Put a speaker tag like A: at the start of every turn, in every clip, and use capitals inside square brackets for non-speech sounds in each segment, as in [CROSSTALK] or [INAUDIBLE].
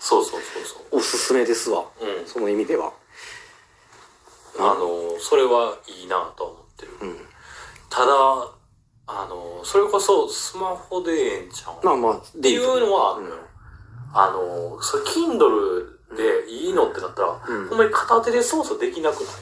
A: そうそうそうそう
B: おすすめですわ、
A: うん
B: その意味では
A: あのそれはいいなとは思ってる、
B: ん
A: ただあのそれこそスマホでええんちゃう、
B: まあ
A: っ
B: まあって
A: いうのはあ
B: う
A: る
B: ん
A: のよ、あのそれ Kindle でいいのってなったら、
B: うん
A: ほんまに片手で操作できなくない、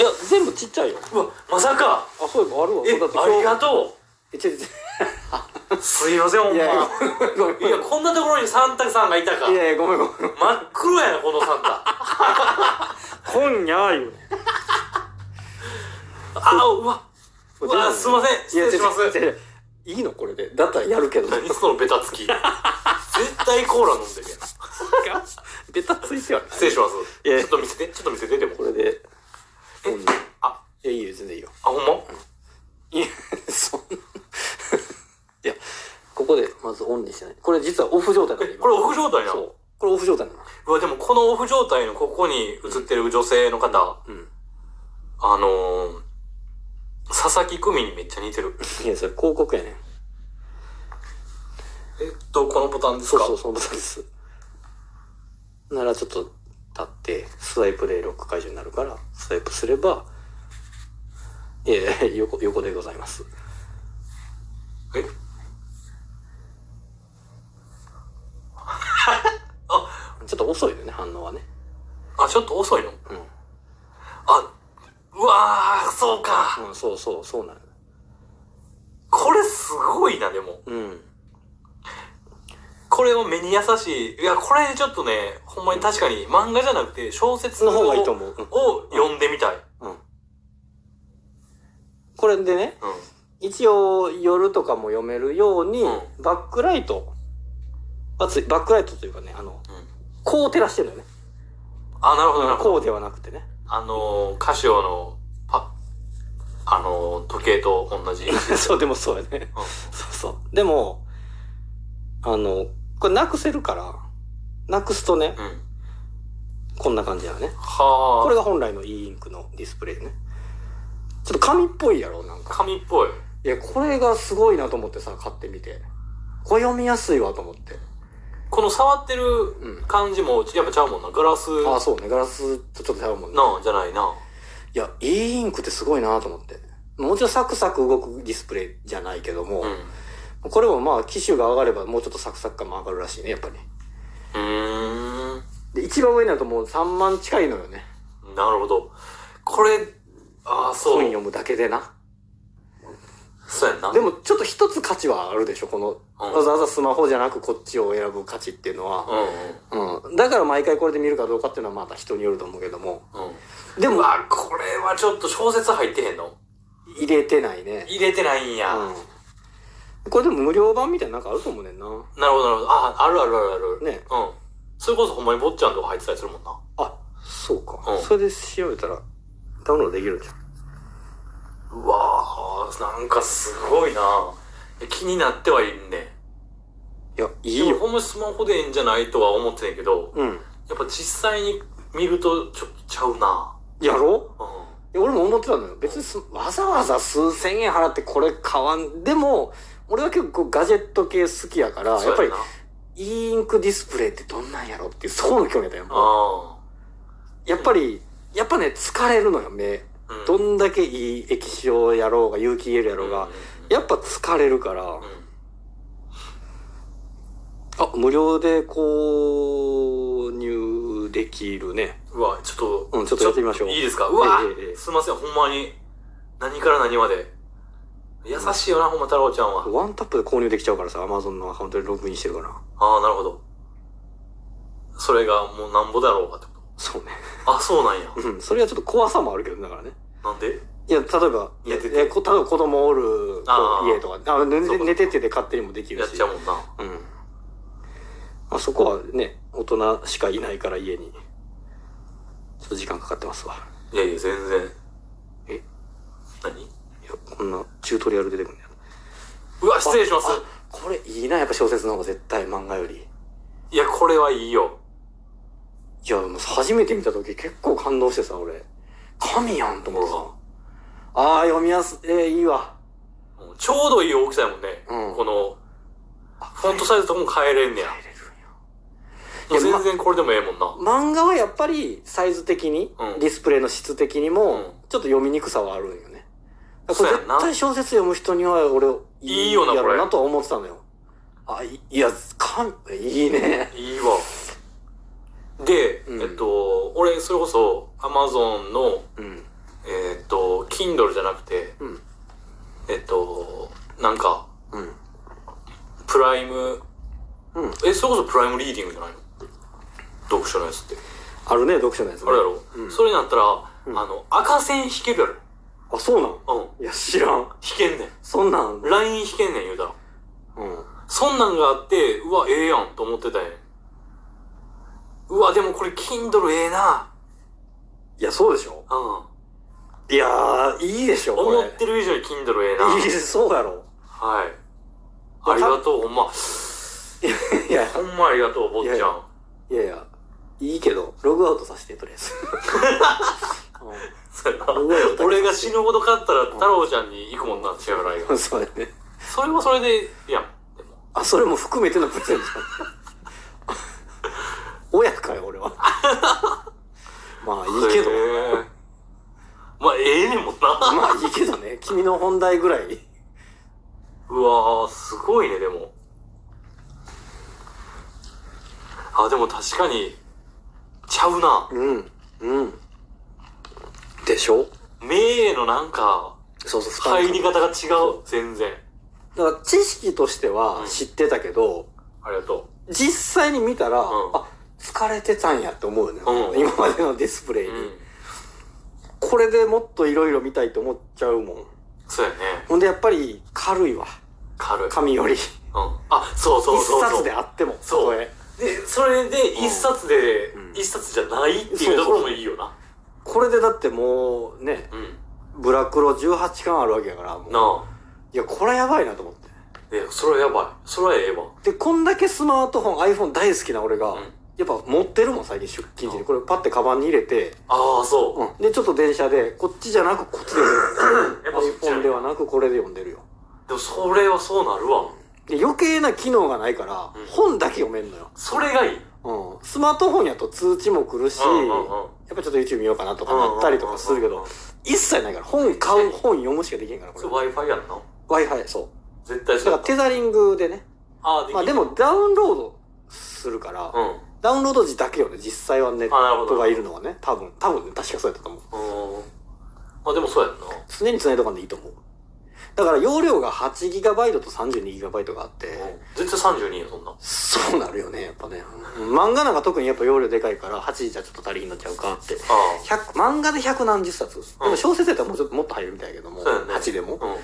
B: いや全部ちっちゃいよ
A: うわまさか
B: あそういえばあるわ
A: え
B: そうだって
A: ありが
B: 今
A: と
B: 日ちょちょ
A: うすいませんほん
B: い
A: まい
B: や
A: や
B: いやごめんごめん
A: こんなところにサンタさんがいたか
B: いやいやごめんごめん
A: 真っ黒やなこのサン
B: [LAUGHS]
A: タ
B: 今夜いう
A: あうわうわすいません失礼します
B: いや違う違う違ういいのこれでだったらやるけど
A: 何そのベタつき絶対コーラ飲んでるやん
B: [LAUGHS] ベタついてはない
A: 失礼しま
B: いや
A: す。ちょっと見せて、ちょっと見せて、でも。
B: これで
A: え
B: うんいや
A: あ、
B: いいよ全然いいよ
A: あ、ほんま
B: いやそんないやここでまずオンにしてないこれ実はオフ状態なん
A: え
B: で、今
A: これオフ状態な
B: そ
A: の
B: うこれオフ状態なの
A: うわ、でもこのオフ状態のここに映ってる女性の方、
B: うん
A: あのー、佐々木久美にめっちゃ似てる。
B: いやそれ広告やねん
A: えっと、このボタンです
B: そう
A: か
B: そうそのボタンですならちょっと立ってスワイプでロック解除になるからスワイプすればいやい [LAUGHS] や横横でございます
A: えあ、
B: ちょっと遅いよね反応はね
A: あ、ちょっと遅いの
B: うん
A: あ、うわー、そうか。
B: うん、そうそう、そうなの。
A: これすごいな、でも。
B: うん。
A: これを目に優しい。いや、これちょっとね、ほんまに確かに漫画じゃなくて小説
B: の
A: の
B: 方がいいと思う。
A: を読んでみたい。
B: うん。これでね、
A: うん。
B: 一応夜とかも読めるように、
A: う
B: バックライトはつい、バックライトというかね、あ
A: う
B: の、
A: ん
B: こう照らしてるのよね。
A: あ、なるほど、なるほど。
B: こうではなくてね。
A: あのー、カシオの、パ、あのー、時計と同じ。
B: [LAUGHS] そう、でもそうやね。そうそう。でも、あの、これなくせるから、なくすとね
A: う、ん。
B: こんな感じだよね。
A: はあ。
B: これが本来の e インクのディスプレイね。ちょっと紙っぽいやろ、なんか。
A: 紙っぽい。
B: いや、これがすごいなと思ってさ、買ってみて。これ読みやすいわと思って。
A: この触って
B: う
A: る
B: ん
A: 感じも、やっぱちゃうもんな。ガラス
B: ああ、そうね。ガラスとちょっと違うもんね。
A: なんじゃないな。
B: いや、e インクってすごいなと思って。もちろんサクサク動くディスプレイじゃないけども、
A: うん。う
B: これもまあ、機種が上がればもうちょっとサクサク感も上がるらしいね、やっぱり。
A: ーん。
B: で、一番上になるともう3万近いのよね。
A: なるほど。これ、ああ、そ
B: 本
A: う。
B: 読むだけでな。
A: そうやんな。
B: でもちょっと一つ価値はあるでしょ、この、
A: うん
B: わざわざスマホじゃなくこっちを選ぶ価値っていうのは。
A: うん
B: うん。だから毎回これで見るかどうかっていうのはまた人によると思うけども。
A: うん。うん。
B: で
A: う
B: も、
A: わ、これはちょっと小説入ってへんの
B: 入れてないね。
A: 入れてないんや。
B: うん、これでも無料版みたいななんかあると思うねんな
A: なるほど、なるほど。あ、あるあるあるある。
B: ね
A: うん。それこそほんまに坊ちゃんとか入ってたりするもんな。
B: あそうか、
A: うん
B: それで調べたらダウンロードできるんじゃん
A: うわー、なんかすごいな気になってはいるね。
B: いやい
A: い
B: いよ
A: ほんまスマホでええんじゃないとは思ってんけど、
B: うん
A: やっぱ実際に見るとちょっとちゃうな
B: やろ
A: うん。
B: いや俺も思ってたのよ別にすわざわざ数千円払ってこれ買わんでも俺は結構ガジェット系好きやからや
A: そう
B: っぱり
A: な
B: e インクディスプレイってどんなんやろっていうそこの興味だよ
A: あ
B: やっぱりやっぱね疲れるのよ目
A: あ。うん
B: どんだけいい液晶やろうが有機 EL やろう
A: う
B: が
A: ん
B: やっぱ疲れるから
A: うん
B: あ、無料で購入できるね。
A: うわ、ちょっと、
B: うんちょっとやってみましょう
A: いいですかうわ、
B: ええええええ
A: すいません、ほんまに。何から何まで。優しいよな、ほんま太郎ちゃんは。
B: ワンタップで購入できちゃうからさ、Amazon のアカウントでログインしてるから。
A: ああ、なるほど。それがもうなんぼだろうかってこ
B: そうね。
A: と。あ、そうなんや。
B: うん。それはちょっと怖さもあるけどね、だからね。
A: なんで
B: いや、例えば、いや
A: 寝てて
B: いやこ例えば子供おる
A: あー
B: 家とか、あ寝
A: そう
B: て
A: か
B: 寝ててで勝手にもできる
A: やっ
B: し。
A: ちゃうもんな。
B: うん。まあ、そこはね、大人しかいないから家に。ちょっと時間かかってますわ。
A: いやいや、全然。
B: え
A: 何
B: いや、こんなチュートリアル出てくるんだよ。
A: うわ、失礼します。
B: あこれいいな、やっぱ小説の方が絶対漫画より。
A: いや、これはいいよ。
B: いや、もう初めて見た時結構感動してさ、俺。神やんと思ってさ。ああ、読みやす、えー、いいわ。
A: もうちょうどいい大きさやもんね。
B: うん
A: この、
B: あ
A: フォントサイズとかも変えれんねや。
B: 入れるんや。や
A: 全然これでもええもんな。
B: 漫画はやっぱりサイズ的に、
A: うん
B: ディスプレイの質的に
A: うん
B: も、ちょっと読みにくさはあるんよね。だか
A: そ
B: ら
A: うや
B: こ
A: ん
B: れ
A: な
B: 絶対小説読む人には俺、
A: いいよな
B: や
A: こ
B: ろ
A: れ
B: なとは思ってたのよ。あ、いいや、かん、いいね。
A: いいわ。で、
B: うん
A: えっと、俺、それこそ、アマゾンの、
B: うん。
A: えっと、Kindle じゃなくて、
B: うん。
A: えっと、なんか、
B: うん。
A: プライム、
B: うん。
A: え、それこそプライムリーディングじゃないの読書のやつって。
B: あるね、読書のやつね、
A: あれやろ、
B: うん
A: それになったら、
B: ん
A: あの、赤線引けるや
B: あ、そうなん
A: ろ。うん。
B: いや、知らん。
A: 引けんねん。
B: そんなんあんの。
A: ライン引けんねん言うたら。
B: うん。
A: そんなんがあって、うわ、ええやんと思ってたんやん。うわ、でもこれ Kindle ええな。
B: いや、そうでしょ
A: うん。
B: いやー、いいでしょ、これ。
A: 思ってる以上に Kindle ええな。
B: いいそうやろ。 [LAUGHS]
A: はい。ありがとう、ほんま。
B: いや、
A: ほんまありがとう、坊ちゃ
B: いやい
A: ん。
B: いやいや、いいけど、ログアウトさせて、とりあえ
A: [LAUGHS]
B: ず。
A: そうやな
B: ログアウトだけ
A: 俺が死ぬほど勝ったら太郎ちゃんに行くもんな、違うライン
B: う
A: が
B: ん、そうやね。
A: それはそれで、いやん。でも
B: あ、それも含めてのプレゼント
A: [LAUGHS]
B: じゃん。親か
A: [LAUGHS]
B: よ、俺は。まあ、いいけど。
A: へえまあ、ええねんもんな。
B: [LAUGHS] まあ、いいけどね。君の本題ぐらい。
A: うわー、すごいね、でも。あ、でも確かに、ちゃうな。
B: うん。うん。でしょ
A: 名へのなんか、
B: そうそう、負担
A: 入り方が違。
B: そう
A: 全然。
B: だから、知識としては知ってたけど、
A: ありがと
B: 実際に見たら、あ、疲れてたんやって思うよね。
A: うん
B: 今までのディスプレイ
A: う。
B: に。
A: うん。
B: これでもっといろいろ見たいと思っちゃうもん。
A: そうやね。
B: ほんでやっぱり軽いわ。
A: 軽い。うん。
B: 紙より。
A: あ、そうそう
B: 一
A: そうそう。
B: 冊であっても。
A: そう
B: これ
A: でそれで一冊で
B: うん
A: 一冊じゃないっていうところもいいよな
B: これでだってもうね、
A: うん
B: ブラクロ18巻あるわけやから、もう。
A: なあ
B: いや、これやばいなと思って。
A: でそれはやばいそれはええわ
B: で、こんだけスマートフォン、iPhone 大好きな俺が、
A: うん
B: やっぱ持ってるもん、最近出勤時
A: う
B: に。
A: ん
B: これパッてカバンに入れて、
A: ああそう、
B: うんで、ちょっと電車で、こっちじゃなくこっちで
A: やっぱそっち
B: 読
A: や
B: む。iPhone
A: ね
B: ではなくこれで読んでるよ。
A: でもそれはそうなるわ
B: で、余計な機能がないから、
A: うん
B: 本だけ読めんのよ。
A: それがいい
B: うん。スマートフォンやと通知も来るし、
A: うんうんうん
B: やっぱちょっと YouTube 見ようかなとかなったりとかする
A: う
B: け
A: んうん
B: ど
A: うん、
B: 一切ないから、本買う、本読むしかできへんから、こ
A: それ Wi-Fi やんな
B: れ。Wi-Fi、そう。
A: 絶対
B: だ
A: そ
B: か
A: う
B: らテザリングでね。
A: ああできる
B: まあでもダウンロードするから、
A: うん
B: ダウンロード時だけよね、実際はネッ
A: あなるほ
B: ト
A: ど
B: がいるのはね、多分、多分ね、確かそうやったと思う。
A: うんまあでもそうやんな
B: 常に繋いとかんでいいと思う。だから容量が 8GB と 32GB があって、
A: うん絶対32やそんな
B: そうなるよね、やっぱね。うん漫画なんか特にやっぱ容量でかいから、8じゃちょっと足りひんのちゃうかって。
A: あ
B: 100漫画で百何十冊、でも小説やったらもうちょっともっと入るみたいやけども、
A: そうやね
B: 8でも
A: あ、うん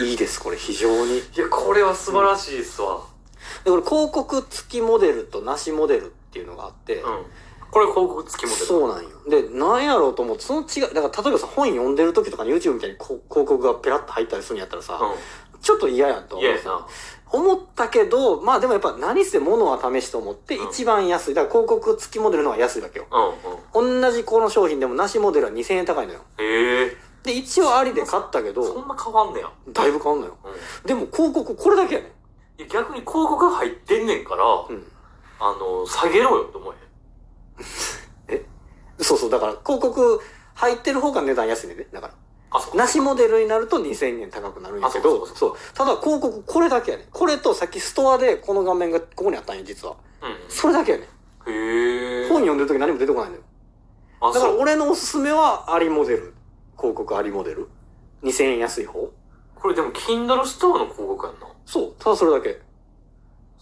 B: いいですこれ非常にで
A: いやこれは素晴らしいっすわ
B: これ広告付きモデルとなしモデルっていうのがあって、
A: うん、これ広告付きモデル
B: そうなんよでなんやろうと思ってその違いだから例えばさ本読んでる時とかに YouTube みたいにこう広告がペラッと入ったりするんやったらさ、ちょっと嫌やんと
A: うん
B: 思
A: 嫌
B: う
A: やな
B: 思ったけどまあでもやっぱ何せ物は試しと思って
A: うん
B: 一番安いだから広告付きモデルの方が安いわけよ
A: うんうん
B: 同じこの商品でもなしモデルは2000円高いのよ
A: ええ
B: で一応ありで買ったけ
A: そ
B: ど
A: んな変わんねや
B: だいぶ変わんのよ
A: うん
B: でも広告これだけやねん
A: いや逆に広告が入ってんねんから、
B: うん
A: あの、下げろよって思えへん。
B: そうそう、だから広告入ってる方が値段安いねんね。だから。
A: あ、そこ。
B: なしモデルになると2000円高くなるんやけ
A: あそ
B: ど、
A: う
B: そ
A: そうう
B: ただ広告これだけやねん。これとさっきストアでこの画面がここにあったんや、実は。
A: う
B: それだけやねん。
A: ん。へえ。
B: 本読んでる時何も出てこないのよ。
A: あ、
B: だから
A: そう。
B: 俺のおすすめはアリモデル。広告アリモデル。2000円安い方
A: これでも、Kindle ストアの広告やんな。
B: そう、ただそれだけ。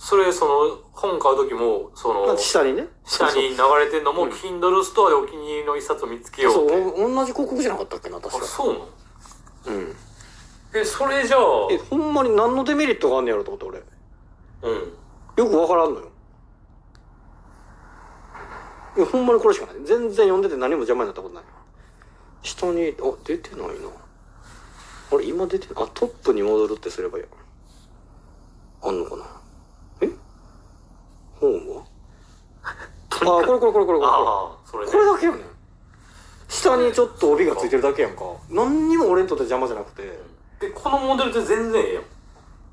A: それ、その、本買う時も、そ
B: ま
A: の
B: あ、下にね。
A: 下に流れてんのも、
B: うん
A: Kindle ストアでお気に入りの一冊を見つけよ
B: そうう。
A: って。
B: そう、お同じ広告じゃなかったっけな、確
A: あ、
B: か。
A: そうなの
B: うん。
A: え、それじゃあ、
B: え、ほんまに何のデメリットがあんねやろと思って俺。よ
A: うん。
B: くわからんのよ。いや、ほんまにこれしかない。全然読んでて何も邪魔になったことない。下に、あ、出てないな。あれ、今出て、あ、トップに戻るってすればいいや。あんのかなえホ
A: [LAUGHS]
B: ームはあ、これこれこれこれこれこ
A: ああ、それ
B: れ。
A: ね
B: こ。れだけやねん。下にちょっと帯がついてるだけやんか。何にも俺にとって邪魔じゃなくて。
A: で、このモデルって全然ええやん。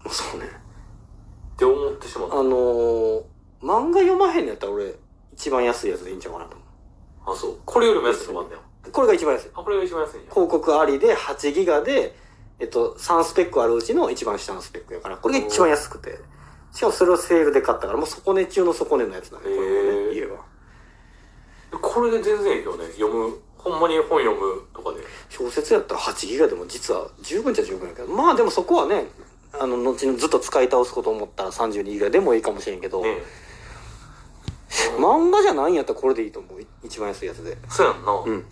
B: そうね。
A: って思ってしまった。
B: あのー、漫画読まへんのやったら俺、一番安いやつでいいんちゃうかなと思
A: あ、そう。これよりも安いとこあんだよ。
B: う。これが一番安い。
A: あ、これが一番安いんや。
B: 広告ありで8ギガで、えっと、3スペックあるうちの一番下のスペックやから、これが一番安くて。しかもそれをセールで買ったから、もう底値中の底値のやつなんで、これも
A: へー
B: ね、家は。
A: これで全然いいよね。読む。ほんまに本読むとかで。
B: 小説やったら8ギガでも実は十分じゃ十分やけど、まあでもそこはね、あの、後にずっと使い倒すこと思ったら32ギガでもいいかもしれんけど、
A: ね
B: 漫画じゃないんやったらこれでいいと思う。一番安いやつで。
A: そうやんな。
B: うん。